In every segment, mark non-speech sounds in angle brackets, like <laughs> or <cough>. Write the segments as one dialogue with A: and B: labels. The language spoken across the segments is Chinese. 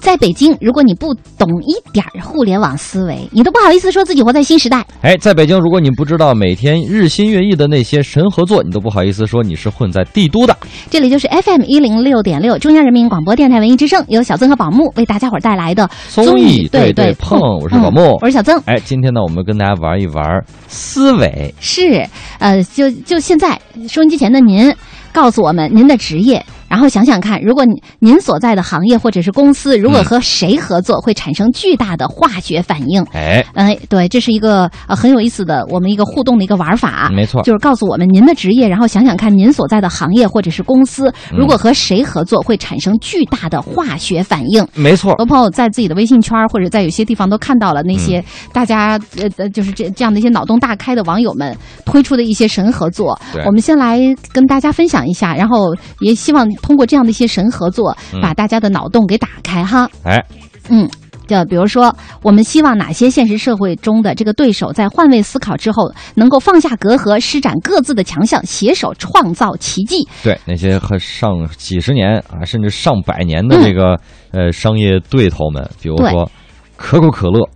A: 在北京，如果你不懂一点儿互联网思维，你都不好意思说自己活在新时代。
B: 哎，在北京，如果你不知道每天日新月异的那些神合作，你都不好意思说你是混在帝都的。
A: 这里就是 FM 一零六点六，中央人民广播电台文艺之声，由小曾和宝木为大家伙儿带来的
B: 综艺对对碰，我是宝木，
A: 嗯我是小曾。
B: 哎，今天呢，我们跟大家玩一玩思维。
A: 是，呃，就就现在，收音机前的您，告诉我们您的职业，然后想想看，如果你您所在的行业或者是公司，如果和谁合作，会产生巨大的化学反应。
B: 哎，
A: 哎，对，这是一个呃很有意思的我们一个互动的一个玩法，啊
B: 没错
A: 就是告诉我们您的职业，然后想想看您所在的行业或者是公司，如果和谁合作会产生巨大的化学反应。
B: 没错
A: 很，多朋友在自己的微信圈儿或者在有些地方都看到了那
B: 嗯
A: 些大家、呃呃，就是这这样的一些脑洞大开的网友们推出的一些神合作
B: 对。
A: 我们先来跟大家分享一下，然后也希望通过这样的一些神合作，把大家的脑洞给打开哈。
B: 嗯哎，
A: 嗯，就比如说，我们希望哪些现实社会中的这个对手在换位思考之后，能够放下隔阂，施展各自的强项，携手创造奇迹。
B: 对那些和上几十年啊，甚至上百年的这个、呃商业对头们，比如
A: 嗯对
B: 说可口可乐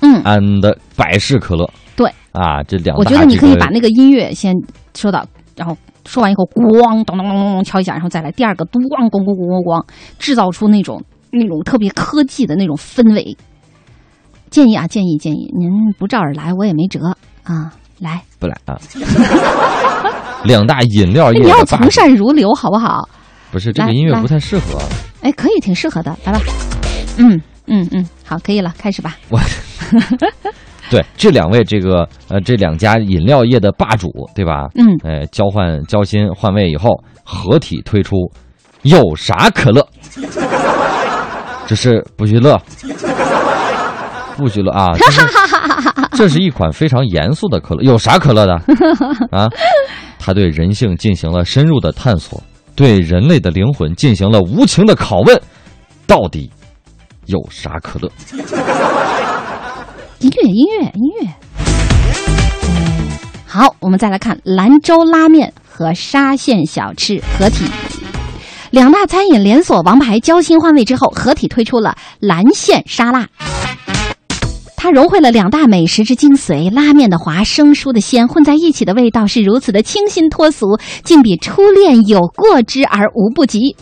A: 嗯，
B: and 百事可乐，
A: 对
B: 啊，这两大
A: 我觉得你
B: 这
A: 可以
B: 个
A: 把那个音乐先说到，然后说完以后，咣咚咚咚咚咚敲一下，然后再来第二个咚咣咣咣咣咣咣，制造出那种那种特别科技的那种氛围。建议啊，建议建议，您不照着来，我也没辙啊。来，
B: 不来啊，两大饮料业
A: 哎 <laughs> 你要
B: 哎的霸
A: 从善如流，好不好？
B: 不是这
A: 来
B: 个音乐
A: 来
B: 不太适合
A: 哎，可以，挺适合的，来吧。嗯嗯嗯，好，可以了，开始吧。
B: 我。对，这两位这个呃，这两家饮料业的霸主，对吧？
A: 嗯，
B: 呃，交换交心换位以后，合体推出有啥可乐？ <laughs> 只是不许乐，不许乐啊！这是这是一款非常严肃的可乐，有啥可乐的啊？他对人性进行了深入的探索，对人类的灵魂进行了无情的拷问，到底有啥可乐？
A: 音乐音乐音乐。好，我们再来看兰州拉面和沙县小吃合体。两大餐饮连锁王牌交心换位之后，合体推出了兰县沙拉。它融汇了两大美食之精髓，拉面的滑，生疏的鲜，混在一起的味道是如此的清新脱俗，竟比初恋有过之而无不及。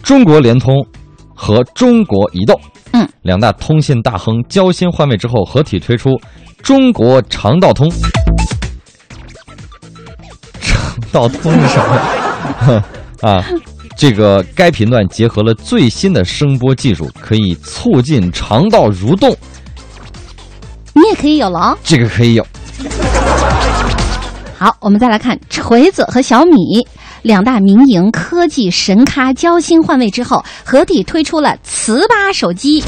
B: 中国联通和中国移动，
A: 嗯，
B: 两大通信大亨交心换位之后，合体推出中国肠道通。肠道通是什么？ <laughs> 啊，这个该频段结合了最新的声波技术，可以促进肠道蠕动，
A: 你也可以有了哦。
B: 这个可以有。
A: 好，我们再来看锤子和小米两大民营科技神咖交心换位之后，合体推出了糍粑手机。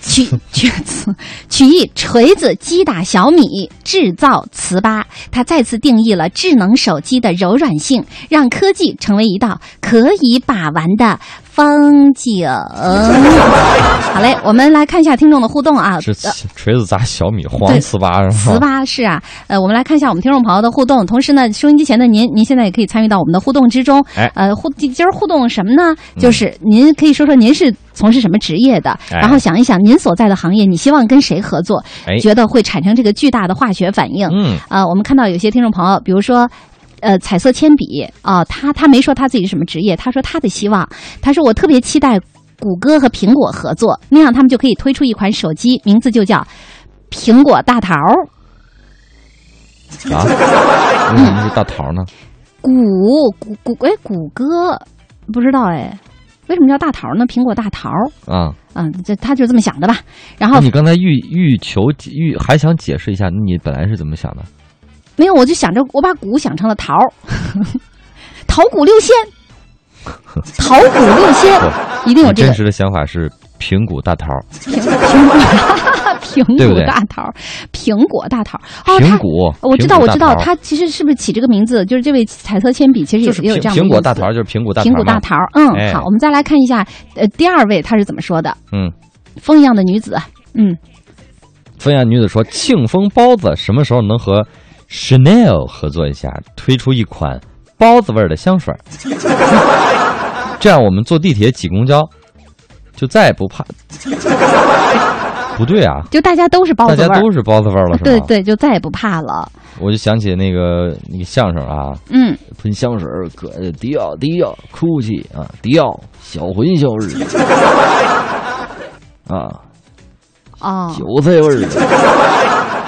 A: 取取词取意，锤子击打小米，制造糍粑。它再次定义了智能手机的柔软性，让科技成为一道可以把玩的风景。好嘞，我们来看一下听众的互动啊。
B: 是
A: 呃
B: 锤子砸小米黄
A: 对
B: 糍粑是
A: 糍
B: 吗？
A: 粑是啊，呃，我们来看一下我们听众朋友的互动。同时呢，收音机前的您，您现在也可以参与到我们的互动之中。
B: 哎
A: 呃，互今今儿互动什么呢？就是您可以说说您是从事什么职业的，
B: 哎
A: 然后想一想您所在的行业，你希望跟谁合作，
B: 哎
A: 觉得会产生这个巨大的化学反应。
B: 嗯，
A: 呃，我们看到有些听众朋友，比如说。呃，彩色铅笔啊、他他没说他自己是什么职业，他说他的希望，他说我特别期待谷歌和苹果合作，那样他们就可以推出一款手机，名字就叫苹果大桃儿
B: 啊，为什么是大桃呢？
A: 谷谷谷哎，谷歌不知道哎，为什么叫大桃呢？苹果大桃，
B: 啊，
A: 嗯，这他就这么想的吧。然
B: 那
A: 后
B: 你刚才欲欲求欲还想解释一下，你本来是怎么想的？
A: 没有，我就想着我把谷想成了桃， <laughs> 桃谷六仙，桃谷六仙一定有
B: 你
A: 这
B: 真
A: 个
B: 实的想法是平谷大桃，
A: 苹苹果 <laughs> 苹
B: <laughs> 对不
A: 果
B: 对
A: 大桃，苹果大桃哦，
B: 平
A: 他。
B: 谷，
A: 我知道，
B: 平谷
A: 我
B: 大
A: 知道，
B: 桃
A: 他其实是不是起这个名字？就是这位彩色铅笔，其实也
B: 就是
A: 也有
B: 苹
A: 这样的
B: 苹果
A: 意
B: 大
A: 思
B: 桃，就是平谷大桃
A: 苹
B: 嘛，
A: 果大桃。嗯，
B: 哎
A: 好，我们再来看一下，呃，第二位他是怎么说的？
B: 嗯，
A: 风一样的女子，嗯，
B: 风雅女子说，庆丰包子什么时候能和 Chanel 合作一下，推出一款包子味儿的香水儿？ <laughs> 这样我们坐地铁挤公交，就再也不怕。不对啊，
A: 就大家都是包
B: 大
A: 子味
B: 家
A: 儿，
B: 都是包子味儿了，是吧？
A: 对，对，就再也不怕了。
B: 我就想起那个那个相声啊，
A: 嗯，
B: 喷香水儿，搁迪奥迪奥，哭泣啊，迪奥小茴香
A: <laughs>
B: 味儿啊，
A: 哦
B: 韭菜味儿的，孜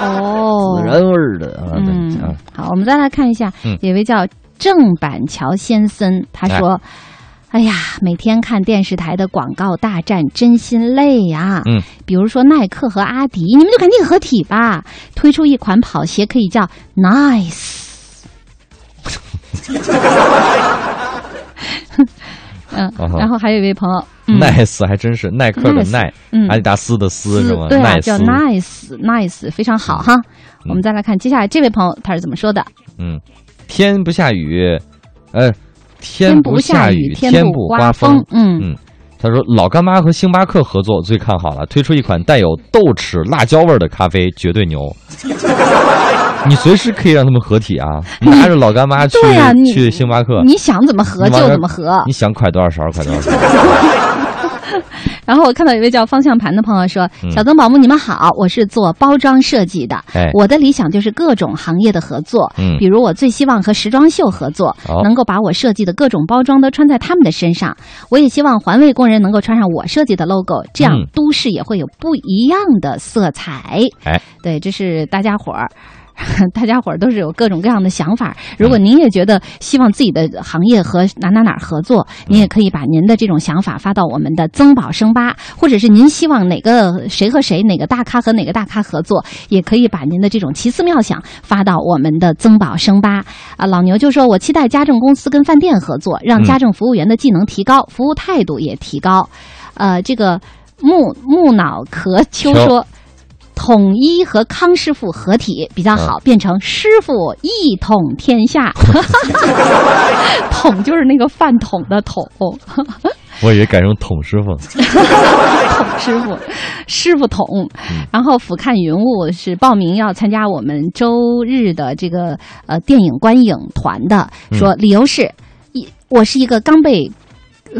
A: 哦，
B: 然味儿的啊，
A: 嗯
B: 对啊，，
A: 好，我们再来看一下
B: 嗯，
A: 有一位叫郑板桥先生，他说。哎呀，每天看电视台的广告大战，真心累呀、
B: 嗯，
A: 比如说耐克和阿迪，你们就赶紧合体吧，推出一款跑鞋，可以叫 Nice。嗯
B: 啊，哈
A: 然后还有一位朋友，嗯，
B: nice 还真是耐克的
A: Nice，
B: 耐，
A: 嗯
B: 阿迪达斯的斯是吗？
A: 对啊，
B: 耐
A: 叫
B: 斯，
A: nice 嗯 nice，非常好哈。我们再来看接下来这位朋友他是怎么说的？
B: 嗯，天不下雨，呃，天
A: 不下
B: 雨，
A: 天
B: 天
A: 不
B: 刮
A: 风。，嗯
B: 嗯，他说：“老干妈和星巴克合作最看好了，推出一款带有豆豉辣椒味儿的咖啡，绝
A: <laughs>
B: 对牛。你随时可以让他们合体啊！拿着老干妈去、
A: 对啊你
B: 去星巴克，
A: 你想怎么合
B: 你往
A: 就
B: 这
A: 怎么合
B: 你。想快多少勺快多少
A: <laughs>
B: 勺。
A: 然后我看到一位叫方向盘的朋友说：“
B: 嗯
A: 小东宝木，你们好，我是做包装设计的。
B: 哎，
A: 我的理想就是各种行业的合作，
B: 嗯
A: 比如我最希望和时装秀合作，
B: 好
A: 能够把我设计的各种包装都穿在他们的身上。我也希望环卫工人能够穿上我设计的 logo，这样
B: 嗯
A: 都市也会有不一样的色彩。
B: 哎，
A: 对，这是大家伙儿。 <laughs> 大家伙儿都是有各种各样的想法。如果您也觉得希望自己的行业和哪哪哪儿合作，
B: 嗯
A: 您也可以把您的这种想法发到我们的增宝生吧，或者是您希望哪个谁和谁哪个大咖和哪个大咖合作，也可以把您的这种奇思妙想发到我们的增宝生吧。啊，老牛就说：“我期待家政公司跟饭店合作，让
B: 嗯
A: 家政服务员的技能提高，服务态度也提高。”呃，这个木木脑壳秋
B: 秋
A: 说。统一和康师傅合体比较好，变成师傅一统天下。 <laughs> 统就是那个饭桶的桶，
B: 我以为改成桶师傅。
A: 桶师傅，师傅桶。
B: 嗯
A: 然后俯瞰云雾是报名要参加我们周日的这个呃电影观影团的，
B: 嗯
A: 说理由是，一我是一个刚被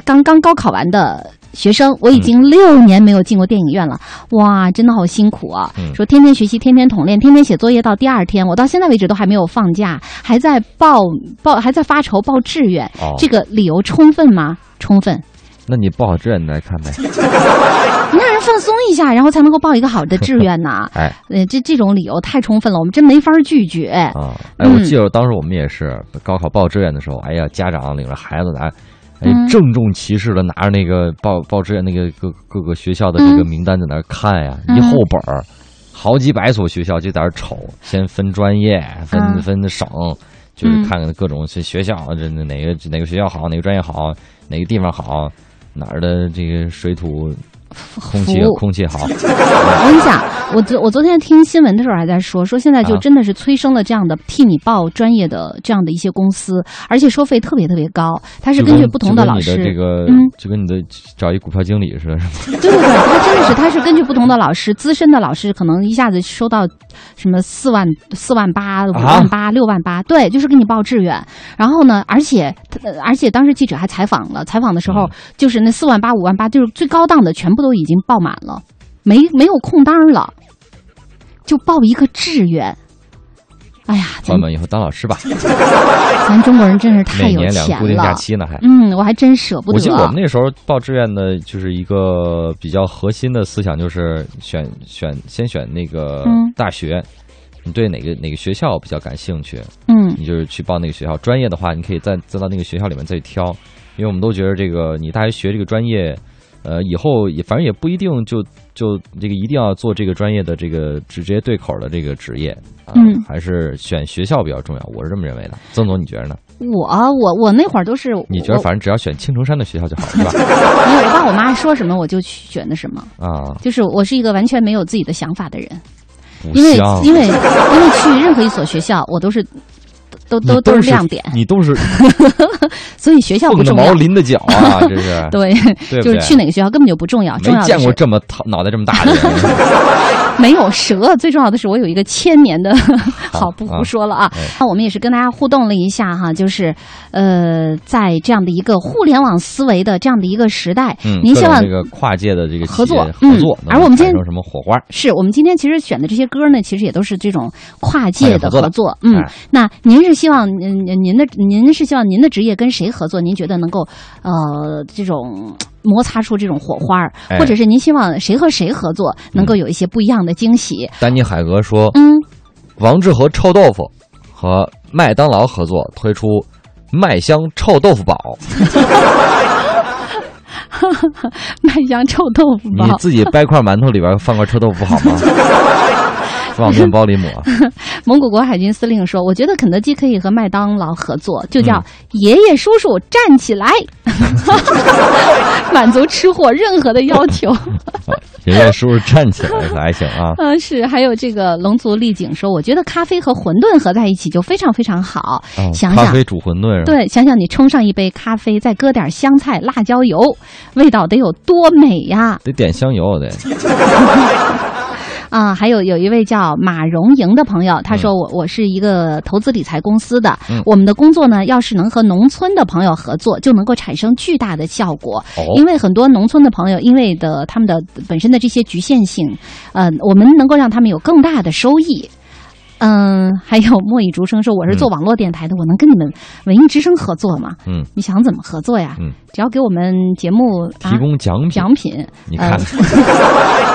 A: 刚刚高考完的。学生，我已
B: 嗯
A: 经六年没有进过电影院了，哇，真的好辛苦啊！
B: 嗯
A: 说天天学习，天天统练，天天写作业，到第二天，我到现在为止都还没有放假，还在报报，还在发愁报志愿，
B: 哦，
A: 这个理由充分吗？充分。
B: 那你报好志愿你来看呗。
A: 你让人放松一下，然后才能够报一个好的志愿
B: <laughs>。
A: 呐
B: 哎
A: 呃，这这种理由太充分了，我们真没法拒绝。
B: 啊，哎，
A: 嗯
B: 我记得当时我们也是高考报志愿的时候，哎呀，家长领着孩子拿。哎
A: 嗯，
B: 郑重其事的拿着那个报报志愿那个各各个学校的这个
A: 嗯
B: 名单在那儿看呀，
A: 嗯
B: 一厚本儿，好几百所学校就在那儿瞅，先分专业，分、
A: 啊
B: 分省，就是
A: 嗯
B: 看看各种这学校，啊这这哪个哪个学校好，哪个专业好，哪个地方好，哪儿的这个水土空气
A: 服务
B: 空气好，
A: 我跟你讲，我昨我昨天听新闻的时候还在说，说现在就
B: 啊
A: 真的是催生了这样的替你报专业的这样的一些公司，而且收费特别特别高，它是
B: 就
A: 根
B: 跟
A: 据不同
B: 就跟
A: 老
B: 你
A: 师，
B: 这个
A: 嗯
B: 就跟你的找一股票经理似的，是吧
A: 对对对，它真的是它是根据不同的老师，资深的老师可能一下子收到什么四万四万八、
B: 啊
A: 五万八、六万八，对，就是给你报志愿。然后呢，而且呃而且当时记者还采访了，采访的时候、
B: 嗯
A: 就是那四万八、五万八，就是最高档的全部都已经报满了，没没有空单了，就报一个志愿。哎呀，咱
B: 朋友们以后当老师吧。
A: 咱中国人真是太
B: 每
A: 有
B: 年两个
A: 钱
B: 固定假
A: 了。
B: 期呢，还。
A: 嗯，我还真舍不得。
B: 我记得我们那时候报志愿的，就是一个比较核心的思想，就是选选先选那个
A: 嗯
B: 大学，你对哪个哪个学校比较感兴趣，
A: 嗯
B: 你就是去报那个学校。专业的话，你可以再再到那个学校里面再挑，因为我们都觉得这个你大学学这个专业，呃，以后也反正也不一定就就这个一定要做这个专业的这个直接对口的这个职业啊，
A: 嗯
B: 还是选学校比较重要，我是这么认为的。曾总，你觉得呢？
A: 我我我那会儿都是
B: 你觉得
A: 我
B: 反正只要选青城山的学校就好，是吧？
A: <laughs> 没有，我爸我妈说什么我就去选的什么，
B: 啊，
A: 就是我是一个完全没有自己的想法的人，
B: 不
A: 因为
B: 香，
A: 因为因为去任何一所学校，我都是都都
B: 你
A: 都
B: 是
A: 是亮点， <laughs>
B: 你都是
A: 所以学校不
B: 蹦着
A: 重
B: 毛
A: 要。
B: 淋的脚啊，
A: <laughs>
B: 这是
A: 对，
B: 对
A: 就
B: 不对
A: 是去哪个学校根本就不重要，重
B: 没
A: 要的
B: 见过
A: 是
B: 这么头脑袋这么大
A: <laughs>
B: 的人。
A: 没有蛇，最重要的是我有一个千年的 <laughs> 好不
B: 啊
A: 不说了啊
B: 哎。
A: 那我们也是跟大家互动了一下哈，就是呃，在这样的一个互联网思维的这样的一个时代，
B: 嗯，
A: 您
B: 各
A: 希
B: 种
A: 望
B: 这个跨界的这个
A: 合
B: 企
A: 作
B: 业
A: 嗯
B: 合作，
A: 而我们今
B: 产
A: 天
B: 生什么火花？
A: 是我们今天其实选的这些歌呢，其实也都是这种跨界的合
B: 跨界合
A: 作。嗯，
B: 哎
A: 那您是希望嗯您的您是希望您的职业跟谁合作？您觉得能够呃这种摩擦出这种火花儿，
B: 哎嗯
A: 或者是您希望谁和谁合作能够有一些不一样的惊喜？
B: 丹尼海格说，
A: 嗯， <laughs>
B: 王致和臭豆腐和麦当劳合作推出麦香臭豆腐堡，
A: <laughs> 麦香臭豆腐
B: 你
A: 包，
B: 自己掰块馒头里边放块臭豆腐好吗？
A: <laughs>
B: 往面包里抹，
A: 蒙古国海军司令说：“我觉得肯德基可以和麦当劳合作，就叫
B: 嗯
A: 爷爷叔叔站起来， <laughs> 满足吃货任何的要
B: <laughs>
A: 求。”
B: 爷爷叔叔站起来可还行啊。
A: 嗯，是，还有这个龙族丽景说，我觉得咖啡和馄饨合在一起就非常非常好。
B: 哦
A: 想
B: 咖
A: 想
B: 啡煮馄饨是吧？
A: 对，想想你冲上一杯咖啡，再搁点香菜、辣椒油，味道得有多美呀！
B: 得点香油得。
A: 啊，还有有一位叫马荣莹的朋友，他说我、我是一个投资理财公司的，
B: 嗯
A: 我们的工作呢，要是能和农村的朋友合作，就能够产生巨大的效果。
B: 哦，
A: 因为很多农村的朋友，因为的他们的本身的这些局限性，呃，我们能够让他们有更大的收益。嗯，还有莫以竹生说我是做网络电台的，我能跟你们文艺之声合作吗？
B: 嗯，
A: 你想怎么合作呀？
B: 嗯
A: 只要给我们节目啊
B: 提供奖品，
A: 奖品，。
B: 你看，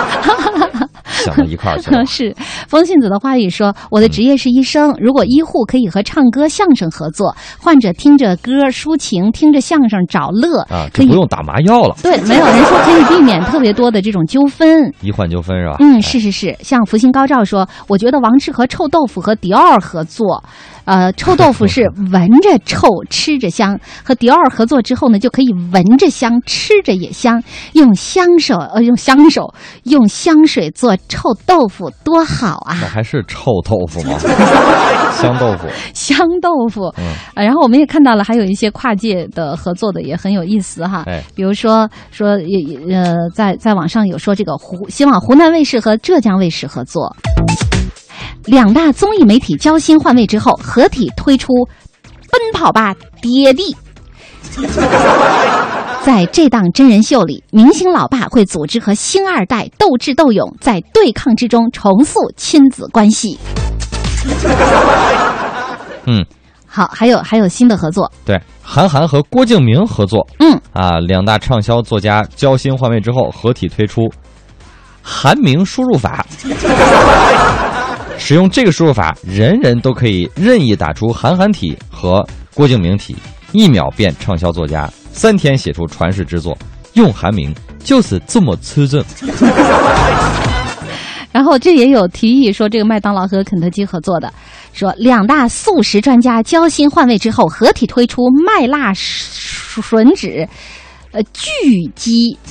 B: <laughs> 想到一块儿去了
A: 是风信子的话语说：“我
B: 嗯
A: 的职业是医生，如果医护可以和唱歌、相声合作，患者听着歌抒情，听着相声找乐，
B: 啊，
A: 可
B: 就
A: 以
B: 不用打麻药了，
A: 对，没有人说可以避免特别多的这种纠纷。”
B: 一换就分是吧？
A: 嗯，是是是，像福星高照说，我觉得王致和臭豆腐和迪奥合作，呃，臭豆腐是闻着臭吃着香，和迪奥合作之后呢，就可以闻着香吃着也香，用香手呃用香手用香水做臭豆腐多好啊
B: 那，还是臭豆腐
A: <laughs>
B: 吗？香豆腐，
A: 香豆腐。
B: 嗯
A: 呃然后我们也看到了，还有一些跨界的合作的也很有意思哈。
B: 哎，
A: 比如说说也也呃，在在网上有说这个湖，希望湖南卫视和浙江卫视合作。两大综艺媒体交心换位之后，合体推出《奔跑吧爹地》。在这档真人秀里，明星老爸会组织和星二代斗智斗勇，在对抗之中重塑亲子关系。
B: 嗯，
A: 好，还有还有新的合作，
B: 对，韩寒和郭敬明合作
A: 嗯，
B: 啊，两大畅销作家交心换位之后，合体推出《韩明输入法》，使用这个输入法，人人都可以任意打出韩寒体和郭敬明体，一秒变畅销作家，三天写出传世之作，用韩明就是这么吃正。
A: 然后这也有提议说，这个麦当劳和肯德基合作的，说两大素食专家交心换位之后，合体推出麦辣吮指，呃，巨鸡。 <laughs>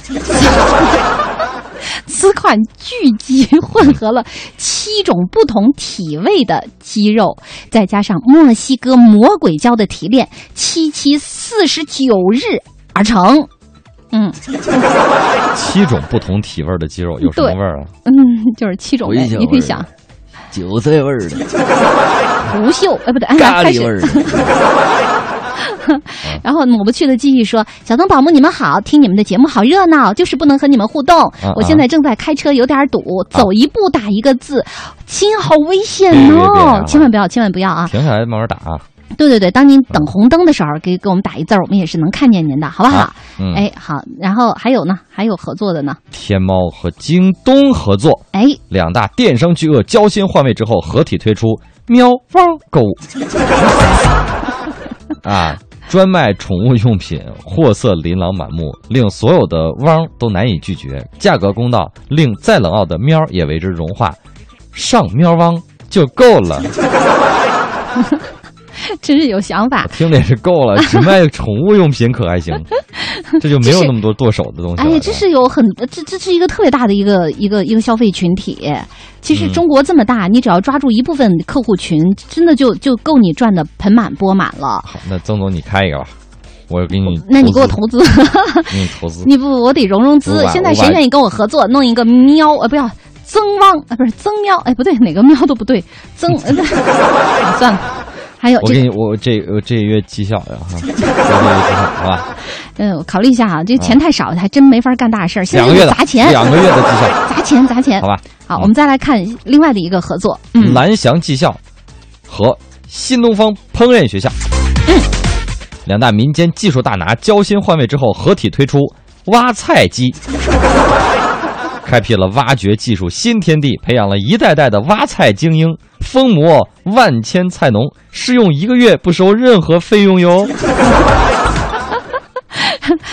A: 此款巨鸡混合了七种不同体味的鸡肉，再加上墨西哥魔鬼椒的提炼，七七四十九日而成。嗯
B: 七种不同体味儿的鸡肉有什么
A: 对
B: 味儿啊？
A: 嗯，就是七种
C: 回
A: 呗，
C: 想
A: 你可
C: 味
A: 以
C: 儿
A: 想
C: 韭菜味儿的、
A: 胡秀，哎，不对，哎呀
C: 咖
A: 开
C: 喱
A: 始
C: 味儿的，
A: <laughs> 然后抹不去的记忆说：“小灯宝木，你们好，听你们的节目好热闹，就是不能和你们互动。
B: 啊
A: 我现在正在开车，有点堵，
C: 啊
A: 走一步打一个字，亲，好危险
B: 别别别
A: 哦！
B: 啊
A: 千万不要，千万不要啊！
B: 停下来慢慢打啊。
A: 对对对，当您等红灯的时候，给给我们打一字儿，我们也是能看见您的，好不
C: 啊
A: 好？
B: 嗯，
A: 哎，好。然后还有呢，还有合作的呢，
B: 天猫和京东合作，
A: 哎，
B: 两大电商巨鳄交心换位之后，合体推出喵汪
A: <laughs>
B: 购物啊，专卖宠物用品，货色琳琅满目，令所有的汪都难以拒绝，价格公道，令再冷傲的喵也为
A: <laughs>
B: 之融化，上喵汪就够了。
A: 真是有想法
B: 我。听的也是够了，只卖宠物用品可
A: <laughs>
B: 还行，这就没有那么多剁手的东西
A: 哎
B: 了。
A: 呀，这是有很这这是一个特别大的一个一个一个消费群体。其
B: 嗯
A: 实中国这么大，你只要抓住一部分客户群，真的就就够你赚的盆满钵满了。
B: 好，那曾总你开一个吧，我给你，
A: 那你给我，投资， <laughs>
B: 给你投资，
A: 你不我得融融
B: 五
A: 资。
B: 百
A: 现在谁
B: 五百
A: 愿意跟我合作？弄一个喵呃不要曾汪啊不是曾喵哎不对哪个喵都不对
B: <laughs>
A: 曾、呃 <laughs> 不是啊算了。还有
B: 我
A: 这
B: 给
A: 个
B: 你，我这我这月绩效呀，
A: <laughs>
B: 哈，我这月绩效好吧，
A: 嗯，我考虑一下啊，这钱太少，还真没法干大事儿。现
B: 两
A: 在
B: 个月
A: 就
B: 的
A: 砸钱，
B: 两个月的绩效，
A: 砸钱，砸钱
B: 好。吧。
A: 好，
B: 嗯
A: 我们再来看另外的一个合作。嗯，
B: 蓝翔技校和新东方烹饪学校，
A: 嗯
B: 两大民间技术大拿交心换位之后，合体推出挖菜机，
A: <laughs>
B: 开辟了挖掘技术新天地，培养了一代代的挖菜精英，疯魔万千菜农，试用一个月不收任何费用
A: <laughs>
B: 哟。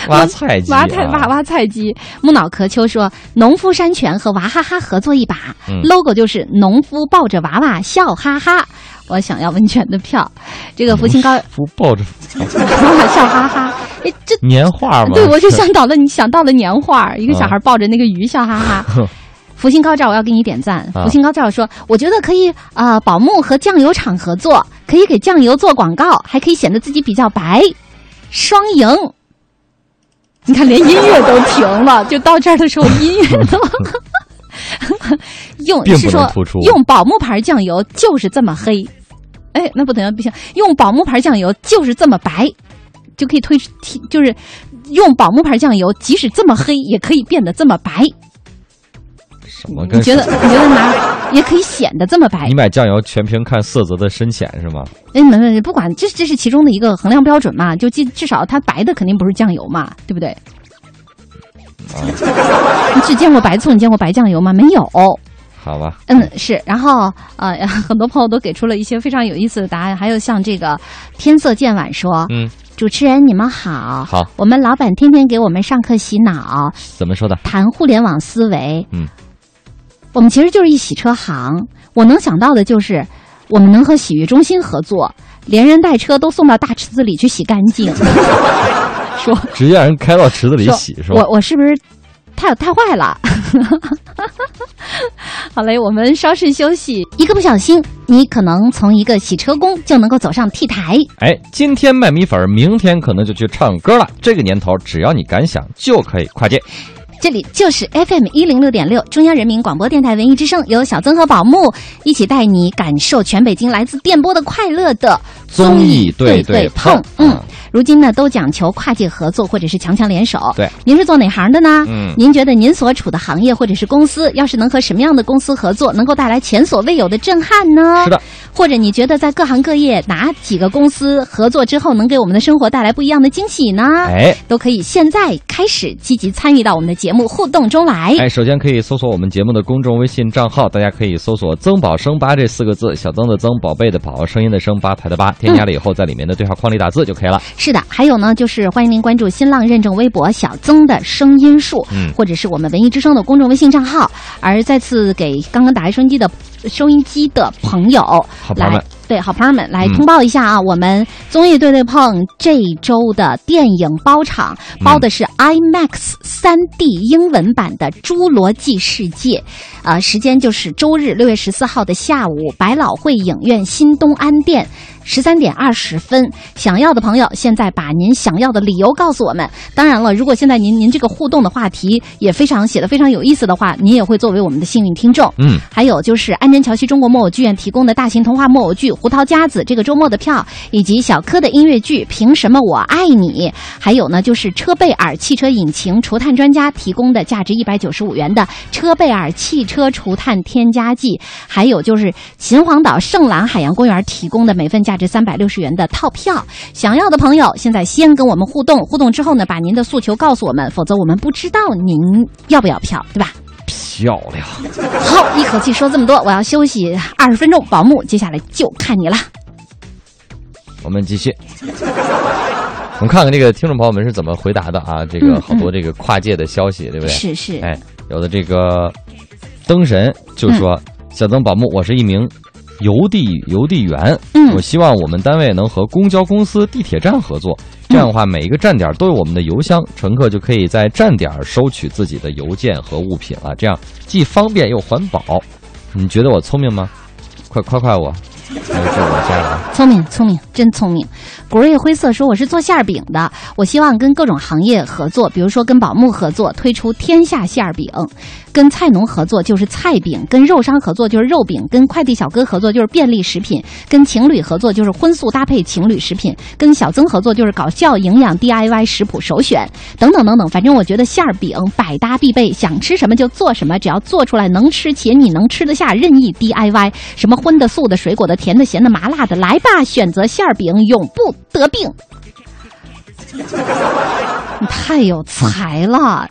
B: 挖菜机、啊，
A: 挖菜挖挖菜鸡。木脑壳秋说，农夫山泉和娃哈哈合作一把、
B: 嗯
A: l o g o 就是农夫抱着娃娃笑哈哈。我想要温泉的票，这个福清高娃 <laughs>
B: 不抱着
A: 娃笑哈哈，哎，这
B: 年画吗？
A: 对我就想到了，你想到了年画儿，一个小
B: 嗯
A: 孩抱着那个鱼笑哈哈。
B: <laughs>
A: 福星高照，我要给你点赞。
B: 啊
A: 福星高照说，我觉得可以，呃，宝木和酱油厂合作，可以给酱油做广告，还可以显得自己比较白，双赢。你看，连音乐都停了，就到这儿的时候，音乐都 <laughs> 用
B: 嗯并不
A: 是说
B: 能突出
A: 用宝木牌酱油就是这么黑，哎，那不等不行，用宝木牌酱油就是这么白，就可以推提就是用宝木牌酱油，即使这么黑，也可以变得这么白。
B: 什么
A: 你
B: 跟
A: 觉得哎你觉得哪也可以显得这么白
B: 你？买酱油全凭看色泽的深浅是吗？
A: 哎，没没没，不管这这是其中的一个衡量标准嘛，就至至少它白的肯定不是酱油嘛，对不对？
B: 啊
A: 你只见过白醋，你见过白酱油吗？没有。
B: 好吧，
A: 嗯，是。然后呃， <laughs> 很多朋友都给出了一些非常有意思的答案，还有像这个天色渐晚说，
B: 嗯，
A: 主持人你们好，
B: 好，
A: 我们老板天天给我们上课洗脑，
B: 怎么说的？
A: 谈互联网思维，
B: 嗯，
A: 我们其实就是一洗车行。我能想到的就是，我们能和洗浴中心合作，连人带车都送到大池子里去洗干
B: <laughs>
A: 净。说
B: 直接让人开到池子里
A: 说
B: 洗是吧
A: 我？我是不是太太坏了？ <laughs> 好嘞，我们稍事休息，一个不小心，你可能从一个洗车工就能够走上 T 台。
B: 哎，今天卖米粉儿，明天可能就去唱歌了。这个年头，只要你敢想，就可以跨界。
A: 这里就是 FM 一零六点六，中央人民广播电台文艺之声，由小曾和宝木一起带你感受全北京来自电波的快乐的
B: 综艺
A: 对
B: 对对碰
A: 嗯
B: 嗯，
A: 如今呢，都讲求跨界合作或者是强强联手。
B: 对，
A: 您是做哪行的呢？
B: 嗯
A: 您觉得您所处的行业或者是公司，要是能和什么样的公司合作，能够带来前所未有的震撼呢？
B: 是的，
A: 或者你觉得在各行各业哪几个公司合作之后，能给我们的生活带来不一样的惊喜呢？
B: 哎
A: 都可以现在开始积极参与到我们的节目互动中来。
B: 哎，首先可以搜索我们节目的公众微信账号，大家可以搜索“曾宝生八”这四个字，小曾的曾，宝贝的宝，声音的声，吧台的吧。添加了以后，在里面的对话框里打字就可以了。
A: 是的，还有呢，就是欢迎您关注新浪认证微博“小曾的声音树”，
B: 嗯
A: 或者是我们文艺之声的公众微信账号。而再次给刚刚打开收音机的收音机的朋友
B: 好朋友
A: 来
B: 们。
A: 对好朋友们来
B: 嗯
A: 通报一下啊，我们综艺对对碰这周的电影包场
B: 嗯
A: 包的是 IMAX 三 D 英文版的《侏罗纪世界》，呃，时间就是周日六月十四号的下午，百老汇影院新东安店。十三点二十分，想要的朋友现在把您想要的理由告诉我们。当然了，如果现在您您这个互动的话题也非常写的非常有意思的话，您也会作为我们的幸运听众。
B: 嗯，
A: 还有就是安贞桥西中国木偶剧院提供的大型童话木偶剧《胡桃夹子》这个周末的票，以及小柯的音乐剧《凭什么我爱你》，还有呢就是车贝尔汽车引擎除碳专家提供的价值一百九十五元的车贝尔汽车除碳添加剂，还有就是秦皇岛圣朗海洋公园提供的每份价值三百六十元的套票。想要的朋友，现在先跟我们互动，互动之后呢，把您的诉求告诉我们，否则我们不知道您要不要票，对吧？
B: 漂亮。
A: 好，一口气说这么多，我要休息二十分钟。宝木，接下来就看你了。
B: 我们继续， <laughs> 我们看看这个听众朋友们是怎么回答的啊？这个
A: 嗯
B: 好多这个跨界的消息，对哎不对？
A: 是是，嗯
B: 哎，有的这个灯神就说：“小曾宝木，我是一名邮递邮递员。
A: 嗯
B: 我希望我们单位能和公交公司、地铁站合作，
A: 嗯
B: 这样的话，每一个站点都有我们的邮箱，乘客就可以在站点收取自己的邮件和物品了。这样既方便又环保。你觉得我聪明吗？快夸夸我！哎，这我加了啊。
A: 聪明，聪明，真聪明。古瑞灰色说：“我是做馅儿饼的，我希望跟各种行业合作，比如说跟宝木合作推出天下馅儿饼，跟菜农合作就是菜饼，跟肉商合作就是肉饼，跟快递小哥合作就是便利食品，跟情侣合作就是荤素搭配情侣食品，跟小曾合作就是搞笑营养 DIY 食谱首选，等等等等。反正我觉得馅儿饼百搭必备，想吃什么就做什么，只要做出来能吃且你能吃得下，任意 DIY，什么荤的、素的、水果的、甜的、咸的、麻辣的，来吧，选择馅儿饼，永不得病。 <laughs> 你太有才了，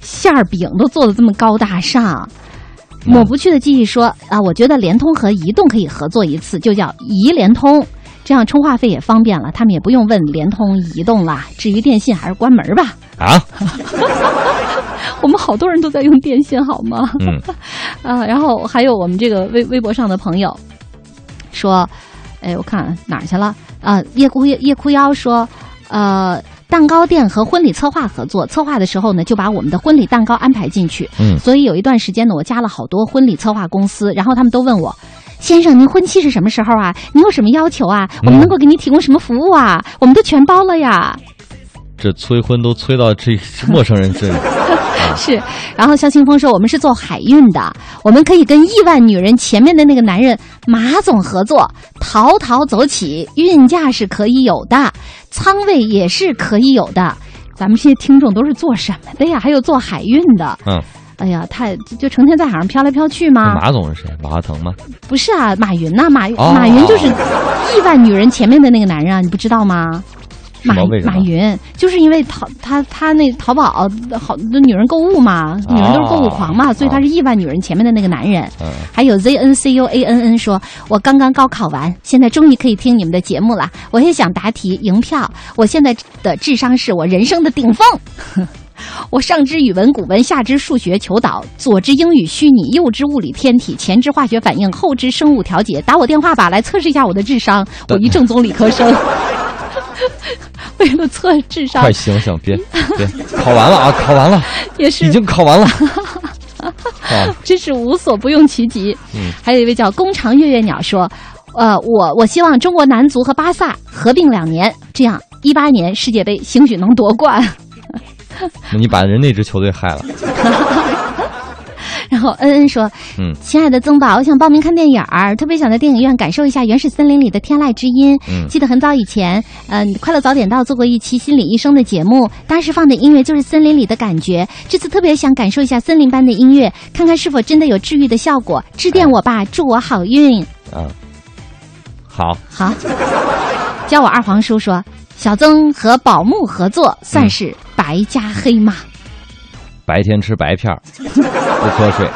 A: 馅儿饼都做的这么高大上。抹不去的记忆说啊，我觉得联通和移动可以合作一次，就叫移联通，这样充话费也方便了，他们也不用问联通、移动啦。至于电信，还是关门吧。
B: 啊，
A: 我们好多人都在用电信，好吗？
B: 嗯，
A: 啊，然后还有我们这个微微博上的朋友说，哎，我看哪儿去了？啊，夜哭夜夜哭妖说，呃。蛋糕店和婚礼策划合作，策划的时候呢，就把我们的婚礼蛋糕安排进去。
B: 嗯
A: 所以有一段时间呢，我加了好多婚礼策划公司，然后他们都问我：“先生，您婚期是什么时候啊？您有什么要求啊？我们能够给您提供什么服务啊？我们都全包了呀。”
B: 这催婚都催到这陌生
A: <laughs>
B: 人这里，
A: 是，然后肖清风说我们是做海运的，我们可以跟亿万女人前面的那个男人马总合作，淘淘走起，运价是可以有的，仓位也是可以有的。咱们这些听众都是做什么的呀？还有做海运的，
B: 嗯，
A: 哎呀，太就就成天在海上飘来飘去吗？
B: 马总是谁？马化腾吗？
A: 不是啊，马云呐、马云、
B: 哦
A: 马云就是亿万女人前面的那个男人啊，你不知道吗？
B: 什
A: 马
B: 么为什么
A: 马云就是因为淘他他那淘宝好多女人购物嘛，女人都是购物狂嘛，
B: 哦
A: 所以他是亿万女人前面的那个男人。
B: 嗯，
A: 还有 Z N C U A N N 说，我刚刚高考完，现在终于可以听你们的节目了。我也想答题赢票。我现在的智商是我人生的顶峰。 <laughs> 我上知语文古文，下知数学求导，左知英语虚拟，右知物理天体，前知化学反应，后知生物调节。打我电话吧，来测试一下我的智商。我一正宗理科生， <laughs> 为了测智商
B: 快醒醒，别别，考完了啊，考完了，
A: 也是
B: 已经考
A: <laughs>
B: 完了。啊，
A: 真是无所不用其极。
B: 嗯
A: 还有一位叫工长月月鸟说，呃，我我希望中国男足和巴萨合并两年，这样一八年世界杯兴许能夺冠。 <laughs>
B: 那你把人那支球队害了。
A: 然后恩恩说，
B: 嗯
A: 亲爱的曾宝，我想报名看电影儿，特别想在电影院感受一下《原始森林》里的天籁之音。
B: 嗯
A: 记得很早以前，嗯、快乐早点到做过一期心理医生的节目，当时放的音乐就是森林里的感觉。这次特别想感受一下森林般的音乐，看看是否真的有治愈的效果。致电我吧，祝我好运。
B: 啊，好，
A: 好，教我二黄叔说，小曾和宝木合作算是白加黑马。
B: 白天吃
A: <laughs>
B: 白片儿，不瞌睡。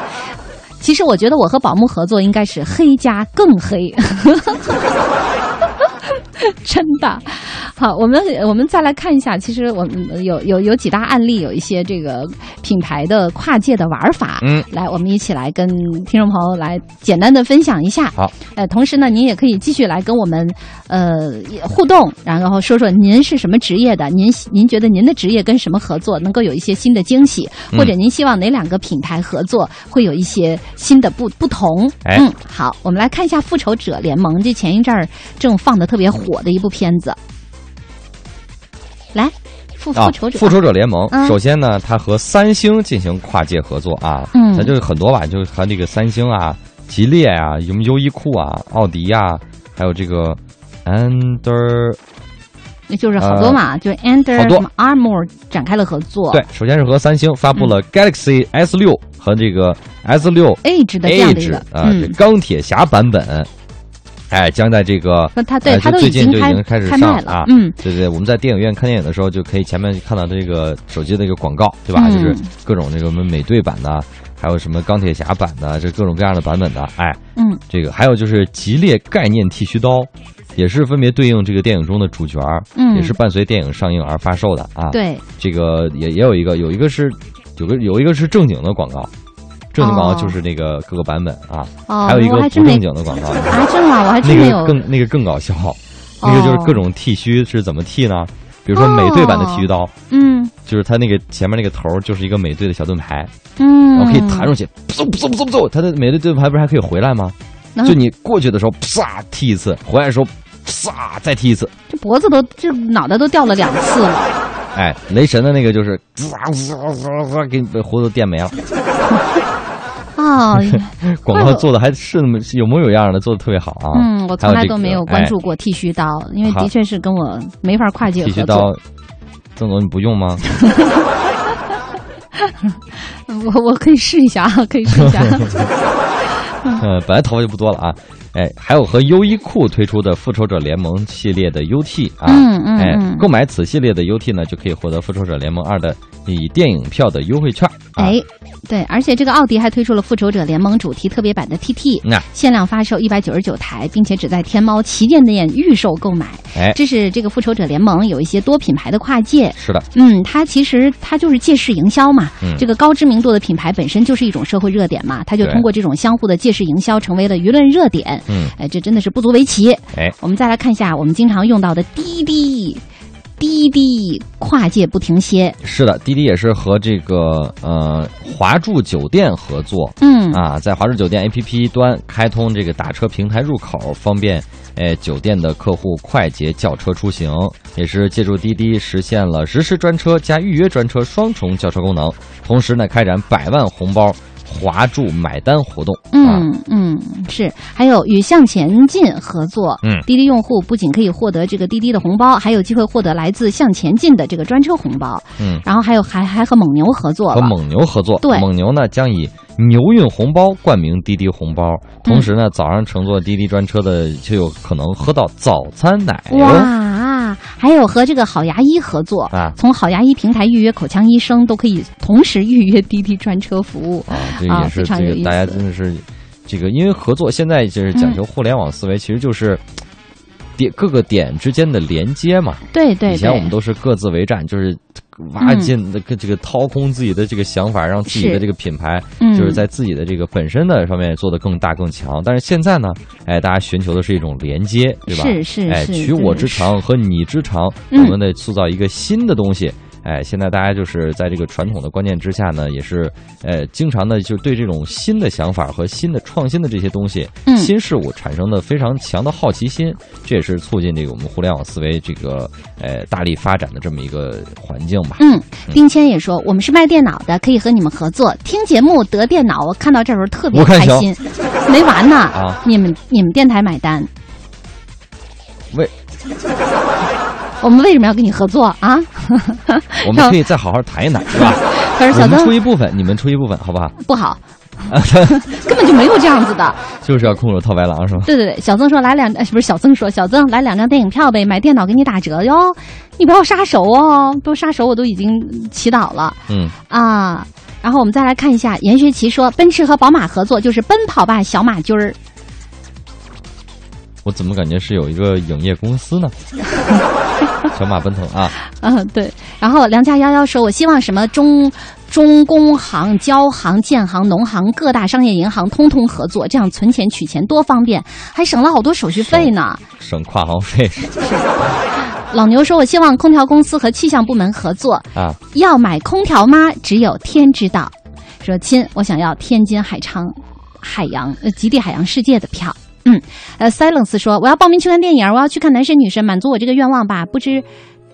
A: 其实我觉得我和宝木合作应该是黑加更黑， <laughs> 真的。好，我们我们再来看一下，其实我们有有有几大案例，有一些这个品牌的跨界的玩法。
B: 嗯，
A: 来，我们一起来跟听众朋友来简单的分享一下。
B: 好，
A: 呃，同时呢，您也可以继续来跟我们呃也互动，然后说说您是什么职业的，您您觉得您的职业跟什么合作能够有一些新的惊喜，
B: 嗯
A: 或者您希望哪两个品牌合作会有一些新的不不同？
B: 哎
A: 嗯，好，我们来看一下《复仇者联盟》，这前一阵儿正放的特别火的一部片子。来，复
B: 啊
A: 复仇，者，
B: 复仇者联盟
A: 嗯，
B: 首先呢，它和三星进行跨界合作啊，
A: 嗯
B: 它就是很多吧，就是和这个三星啊、吉列啊、什么优衣库啊、奥迪啊，还有这个 Under
A: 就是好多嘛，就是 Under
B: 呃好多
A: Armour 展开了合作。
B: 对，首先是和三星发布
A: 嗯
B: 了 Galaxy S 六和这个 S 六
A: Age 的这样的一
B: Edge
A: 个，
B: 啊，这
A: 嗯，
B: 钢铁侠版本，哎，将在这个
A: 那他对
B: 哎
A: 他都
B: 就
A: 已
B: 最
A: 经
B: 近就已
A: 开
B: 经开始
A: 开
B: 上
A: 卖
B: 了
A: 了
B: 啊，
A: 嗯，
B: 对对，我们在电影院看电影的时候，就可以前面看到这个手机的一个广告，对吧？
A: 嗯
B: 就是各种这个我们美队版的，还有什么钢铁侠版的，这各种各样的版本的。哎，
A: 嗯，
B: 这个还有就是吉列概念剃须刀，也是分别对应这个电影中的主角儿，
A: 嗯
B: 也是伴随电影上映而发售的啊。，
A: 对，
B: 这个也也有一个，有一个是有个有一个是正经的广告，正经广
A: 哦
B: 告就是那个各个版本啊，
A: 哦
B: 还有一
A: 我
B: 个
A: 还
B: 不
A: 真没
B: 正经的广告，
A: 啊，真的，我还真
B: 那
A: 没有哦
B: 个更那个更搞笑，那个就是各种剃须是怎么剃呢？比如说美队
A: 哦
B: 版的剃须刀，
A: 嗯
B: 就是它那个前面那个头儿就是一个美队的小盾牌，
A: 嗯，
B: 然后可以弹出去，嗖嗖嗖嗖，它的美队盾牌不是还可以回来吗？
A: 啊
B: 就你过去的时候，啪踢一次，回来的时候，啪再踢一次。
A: 这脖子都这脑袋都掉了两次了，
B: 哎，雷神的那个就是，唰唰唰唰，给你把胡子电没了。 <laughs>
A: 啊，
B: 广告做的还是那么有模有样的，做的特别好啊。
A: 嗯，我从
B: 还
A: 来
B: 这
A: 都没
B: 个哎
A: 有关注。过剃须刀，因为
B: 好
A: 的确是跟我没法跨
B: 哎
A: 界
B: 剃须
A: 合
B: 刀
A: 作。，
B: 郑总你不用吗？
A: <laughs>
B: <laughs>
A: 我我可以试一下啊，可以试一下。啊
B: <laughs> 嗯，本来头发就不多了啊。哎，还有和优衣库推出的《复仇者联盟》系列的 UT 啊，
A: 嗯嗯
B: 哎
A: 嗯，
B: 购买此系列的 UT 呢，就可以获得《复仇者联盟二》的以电影票的优惠券。啊、
A: 哎，对，而且这个奥迪还推出了《复仇者联盟》主题特别版的 TT，
B: 那
A: 限量发售一百九十九台，并且只在天猫旗舰店预售购买。
B: 哎，
A: 这是这个《复仇者联盟》有一些多品牌的跨界，
B: 是的，
A: 嗯，它其实它就是借势营销嘛。
B: 嗯
A: 这个高知名度的品牌本身就是一种社会热点嘛，它就
B: 对
A: 通过这种相互的借势营销，成为了舆论热点。
B: 嗯，
A: 哎，这真的是不足为奇。
B: 哎，
A: 我们再来看一下我们经常用到的滴滴，滴滴跨界不停歇。
B: 是的，滴滴也是和这个呃华住酒店合作
A: 嗯，
B: 啊，在华住酒店 APP 端开通这个打车平台入口，方便哎酒店的客户快捷叫车出行，也是借助滴滴实现了实时专车加预约专车双重叫车功能，同时呢开展百万红包华住买单活动。啊，
A: 嗯嗯，是，还有与向前进合作，
B: 嗯
A: 滴滴用户不仅可以获得这个滴滴的红包，还有机会获得来自向前进的这个专车红包，
B: 嗯，
A: 然后还有还还和蒙牛合作
B: 和
A: 了，
B: 蒙牛合作，
A: 对
B: 蒙牛呢将以牛运红包冠名滴滴红包，
A: 嗯
B: 同时呢，早上乘坐滴滴专车的就有可能喝到早餐奶哦。
A: 哇，还有和这个好牙医合作，
B: 啊
A: 从好牙医平台预约口腔医生都可以同时预约滴滴专车服务，
B: 啊，这
A: 啊
B: 也是
A: 非常
B: 这
A: 有
B: 个
A: 意
B: 大家
A: 思嗯
B: 真的是这个，因为合作现在就是讲究互联网思维，其实就是。点各个点之间的连接嘛，
A: 对对
B: 以前我
A: 对
B: 们，都是各自为战，就是挖
A: 嗯
B: 尽的这个掏空自己的这个想法，让自己
A: 是
B: 的这个品牌
A: 嗯，
B: 就是在自己的这个本身的上面做得更大更强。但是现在呢，哎，大家寻求的是一种连接，对吧？
A: 是是
B: 哎，
A: 是
B: 取我
A: 对
B: 之长和你之长，
A: 嗯
B: 我们得塑造一个新的东西。哎，现在大家就是在这个传统的观念之下呢，也是，呃，经常呢就对这种新的想法和新的创新的这些东西、
A: 嗯
B: 新事物产生的非常强的好奇心，这也是促进这个我们互联网思维这个，呃，大力发展的这么一个环境吧。
A: 嗯，丁谦也说，我们是卖电脑的，可以和你们合作。听节目得电脑，我看到这时候特别
B: 我看
A: 开
B: 行
A: 心，没完呢。
B: 啊
A: 你们你们电台买单，
B: 为
A: 我们为什么要跟你合作啊？
B: 我们可以再好好谈一谈，是吧？
A: 可是
B: 我
A: <laughs> 小
B: 们出啊
A: 邓
B: 一部分，你们出一部分，好不好？
A: 不好，根本就没有这样子的。
B: 就是要空手套白狼是吗？
A: 对对对，小曾说来两，哎不是小曾说，小曾来两张电影票呗，买电脑给你打折哟。你不要杀手哦，不要杀手，我都已经祈祷了。
B: 嗯，
A: 啊。然后我们再来看一下，严学奇说，奔驰和宝马合作就是奔跑吧小马驹儿。 <laughs>
B: 我怎么感觉是有一个影业公司
A: <laughs>
B: 呢？小马奔腾啊，
A: 嗯，对。然后梁家幺幺说，我希望什么中中工行、交行、建行、农行各大商业银行通通合作，这样存钱取钱多方便，还省了好多手续费呢。
B: 省跨行费
A: 老牛说，我希望空调公司和气象部门合作，
B: 啊，
A: 要买空调吗？只有天知道。说亲，我想要天津海昌海洋呃极地海洋世界的票。嗯，呃，Silence 说我要报名去看电影，我要去看男神女神，满足我这个愿望吧。不知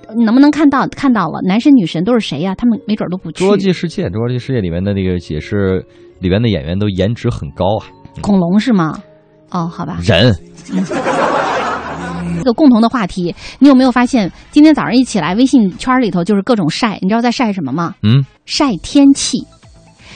A: 呃能不能看到看到了男神女神都是谁呀、他们没准儿都不
B: 《
A: 去
B: 侏。罗纪世界》《侏罗纪世界》里面的那个也是里面的演员都颜值很高啊，
A: 恐龙是吗？哦，好吧，
B: 人
A: 这个共同的话题，你有没有发现今天早上一起来，微信圈里头就是各种晒，你知道在晒什么吗？
B: 嗯，
A: 晒天气。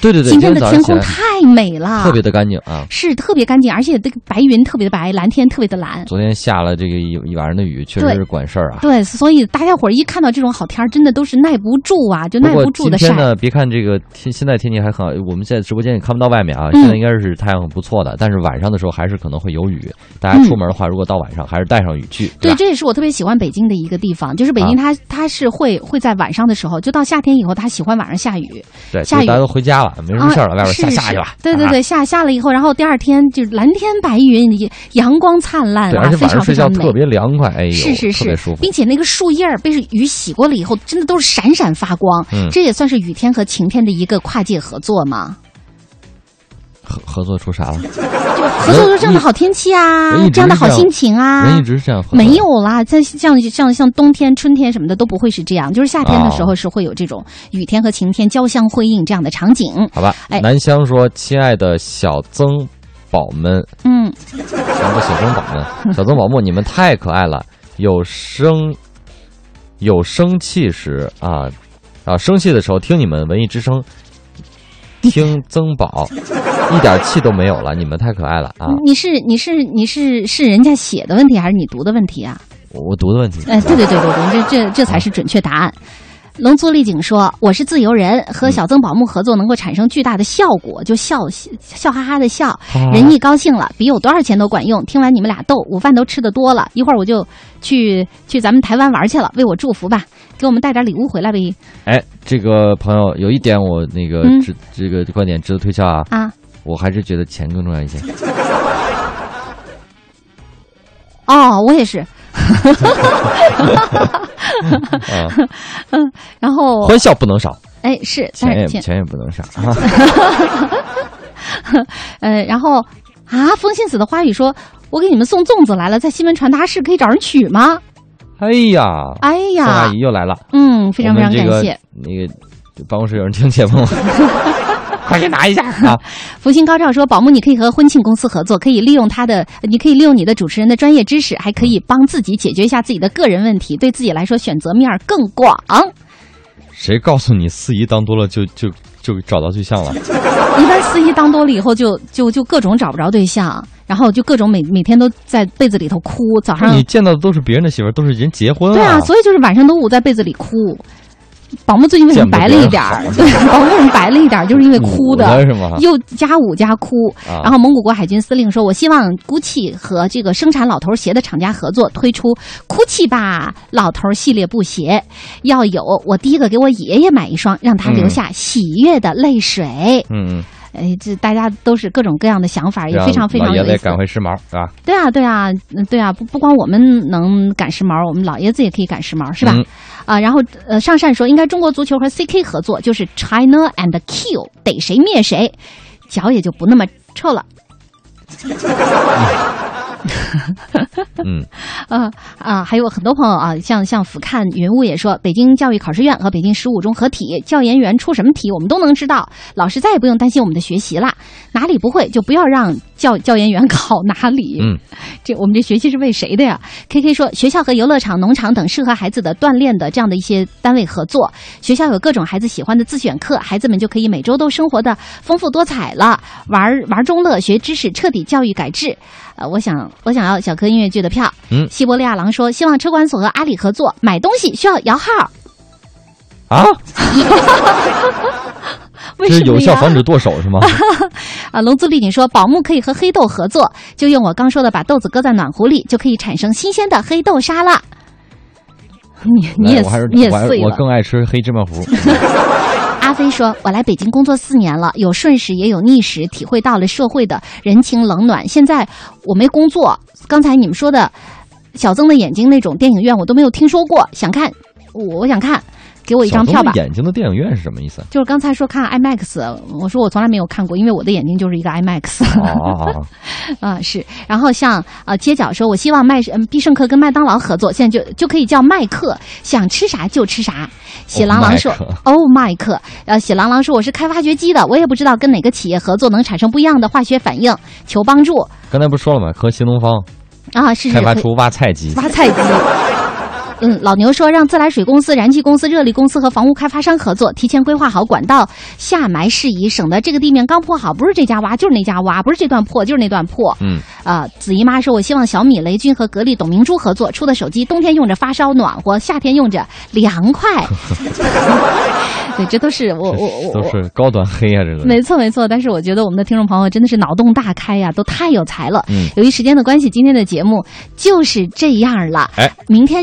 B: 对对对，
A: 今
B: 今
A: 天的
B: 早
A: 天空
B: 上起来
A: 太美了，
B: 特别的干净啊。
A: 是特别干净，而且这个白云特别的白，蓝天特别的蓝。
B: 昨天下了这个一一晚上的雨，确实
A: 对
B: 是管事儿啊。
A: 对，所以大家伙儿一看到这种好天儿，真的都是耐不住啊，就
B: 不
A: 耐
B: 过
A: 不住
B: 今
A: 的晒
B: 天。呢，别看这个天，现在天气还很好，我们现在直播间也看不到外面啊。
A: 嗯
B: 现在应该是太阳很不错的，但是晚上的时候还是可能会有雨。大家出门的话，如果到晚上还是啊带上雨具。
A: 嗯对，
B: 吧
A: 这也是我特别喜欢北京的一个地方，就是北京它、它是会会在晚上的时候，就到夏天以后，它喜欢晚上下雨。
B: 对，
A: 下
B: 就
A: 雨
B: 大家都回家了，没什么事儿了，
A: 啊
B: 外边下
A: 是
B: 下
A: 是
B: 去吧。啊
A: 对对对，下下了以后，然后第二天就蓝天白云，也阳光灿烂
B: 对，
A: 啊，
B: 而且
A: 非
B: 晚上
A: 常非
B: 睡觉
A: 常美
B: 特。别凉快，哎呦，
A: 是是
B: 特别
A: 是
B: 舒，服
A: 并。且那个树叶儿被雨洗过了以后，真的都是闪闪发光。
B: 嗯
A: 这也算是雨天和晴天的一个跨界合作嘛？
B: 合合作出啥了？
A: 合作出这样的好天气啊
B: 人一，直
A: 这样的
B: 是
A: 好
B: 这样
A: 心情啊。
B: 人一直是这样合作，
A: 没有啦，在像像像冬天、春天什么的都不会是这样，就是夏
B: 啊
A: 天的时候是会有这种雨天和晴天交相辉映这样的场景。
B: 好吧
A: 哎？
B: 南湘说：“亲爱的小曾宝们，
A: 嗯，
B: 什么叫小曾宝们？小曾宝木，你们太可爱了！有生有生气时啊啊，生气的时候听你们文艺之声，听曾宝， <laughs> 一点气都没有了。你们太可爱了啊！
A: 你是你是你是是人家写的问题还是你读的问题啊？
B: 我我读的问题，
A: 哎，对对对对对，这这这才是准确答案。龙族丽景说：“我是自由人，和小曾宝木合作能够产生巨大的效果，就笑笑哈哈的笑，嗯
B: 啊
A: 人一高兴了，比有多少钱都管用。听完你们俩逗，午饭都吃的多了，一会儿我就去去咱们台湾玩去了，为我祝福吧，给我们带点礼物回来呗
B: 哎，这个朋友有一点我那个
A: 嗯
B: 值、这个观点值得推敲啊，
A: 啊！
B: 我还是觉得钱更重要一
A: <laughs>
B: 些。
A: 哦，我也是。
B: 啊，
A: 然后
B: 欢笑不能少，
A: 哎是，但
B: 钱
A: 是
B: 也
A: 钱
B: 钱也不能少啊。
A: 呃，然后啊，风信子的花语说：我给你们送粽子来了，在新闻传达室可以找人取吗？
B: 哎呀，
A: 哎
B: 宋阿
A: 呀
B: 姨，又来了，
A: 嗯，非常非
B: 我
A: 常
B: 们这
A: 感
B: 个
A: 谢。
B: 那个办公室有人听节目
A: <laughs>
B: 吗？快去拿一下啊！
A: 福星高照说：“宝木，你可以和婚庆公司合作，可以利用他的，呃你可以利用你的主持人的专业知识，还可以帮自己解决一下自己的个人问题，对自己来说选择面儿更广。
B: 谁告诉你司仪当多了就就就找到对象了？
A: 一般司仪当多了以后就，就就各种找不着对象，然后就各种每每天都在被子里头哭，早上
B: 你见到的都是别人的媳妇儿，都是人结婚
A: 啊
B: 了。
A: 对啊，所以就是晚上都捂在被子里哭。宝木最近为什么白了一点儿
B: 见？
A: 对，宝木为什么白了一点儿？就是因为哭
B: 捂
A: 的
B: 着。嗯是吗？
A: 又加捂加哭，
B: 啊
A: 然后蒙古国海军司令说：“我希望 GUCCI 和这个生产老头鞋的厂家合作，推出 GUCCI 吧老头系列布鞋，要有我第一个给我爷爷买一双，让他流下喜悦的泪水。
B: 嗯，嗯
A: 哎，这大家都是各种各样的想法，也非常非
B: 让
A: 常
B: 老
A: 有意
B: 爷子也
A: 思。
B: 赶回时髦啊，
A: 对啊，对啊，嗯对啊，不不光我们能赶时髦，我们老爷子也可以赶时髦，是吧？
B: 嗯
A: 啊，然后呃，上善说应该中国足球和 CK 合作，就是 China and Q，逮谁灭谁，脚也就不那么臭了。 <laughs>
B: 嗯，
A: 呃啊，还有很多朋友啊，像像俯瞰云雾也说，北京教育考试院和北京十五中合体，教研员出什么题我们都能知道，老师再也不用担心我们的学习啦。哪里不会就不要让教教研员 <laughs> 考哪里。
B: 嗯，
A: 这我们这学期是为谁的呀？K K 说，学校和游乐场、农场等适合孩子的锻炼的这样的一些单位合作，学校有各种孩子喜欢的自选课，孩子们就可以每周都生活的丰富多彩了，玩儿玩中乐，学知识，彻底教育改制。呃，我想我想要小柯音乐剧的票。
B: 嗯
A: 西伯利亚狼说，希望车管所和阿里合作，买东西需要摇号。
B: 啊，
A: 为
B: 这
A: 什
B: 是
A: 么
B: 有效
A: 呀
B: 防止剁手
A: <laughs>
B: 是吗？
A: 啊，龙族丽景说，宝木可以和黑豆合作，就用我刚说的，把豆子搁在暖壶里，就可以产生新鲜的黑豆沙拉。 <laughs> 你你也
B: 哎我还是
A: 你也
B: 我还是
A: 碎
B: 我
A: 了。
B: 更爱吃黑芝麻糊。
A: 阿飞说：“我来北京工作四年了，有顺时也有逆时，体会到了社会的人情冷暖。现在我没工作，刚才你们说的小曾的眼睛那种电影院我都没有听说过，想看，我我想看，给我一张
B: 小
A: 票
B: 东
A: 吧
B: 的。眼睛的电影院是什么
A: <laughs>
B: 意思？
A: 就是刚才说看 IMAX，我说我从来没有看过，因为我的眼睛就是一个 IMAX。
B: 哦哦哦，
A: 啊、是。然后像呃街角说，我希望麦嗯必胜客跟麦当劳合作，现在就就可以叫麦克，想吃啥就吃啥。喜郎郎说
B: 哦麦克
A: 哦麦克，呃，喜郎郎说我是开挖掘机的，我也不知道跟哪个企业合作能产生不一样的化学反应，求帮助
B: 刚才不是说了吗？和新东方
A: 啊！是是
B: 开发
A: 可以
B: 出挖菜机。
A: 挖菜机。嗯，老牛说让自来水公司、燃气公司、热力公司和房屋开发商合作，提前规划好管道下埋事宜，省得这个地面刚铺好，不是这家挖就是那家挖，不是这段破就是那段破。
B: 嗯，
A: 啊、子姨妈说：“我希望小米、雷军和格力、董明珠合作出的手机，冬天用着发烧暖和，夏天用着凉快。”对，这都是我我我
B: 都
A: 我。
B: 是高端黑啊，这个。
A: 没错，没错，但是我觉得我们的听众朋友真的是脑洞大开呀、都太有才了。
B: 嗯
A: 由于时间的关系，今天的节目就是这样了。
B: 哎，
A: 明天。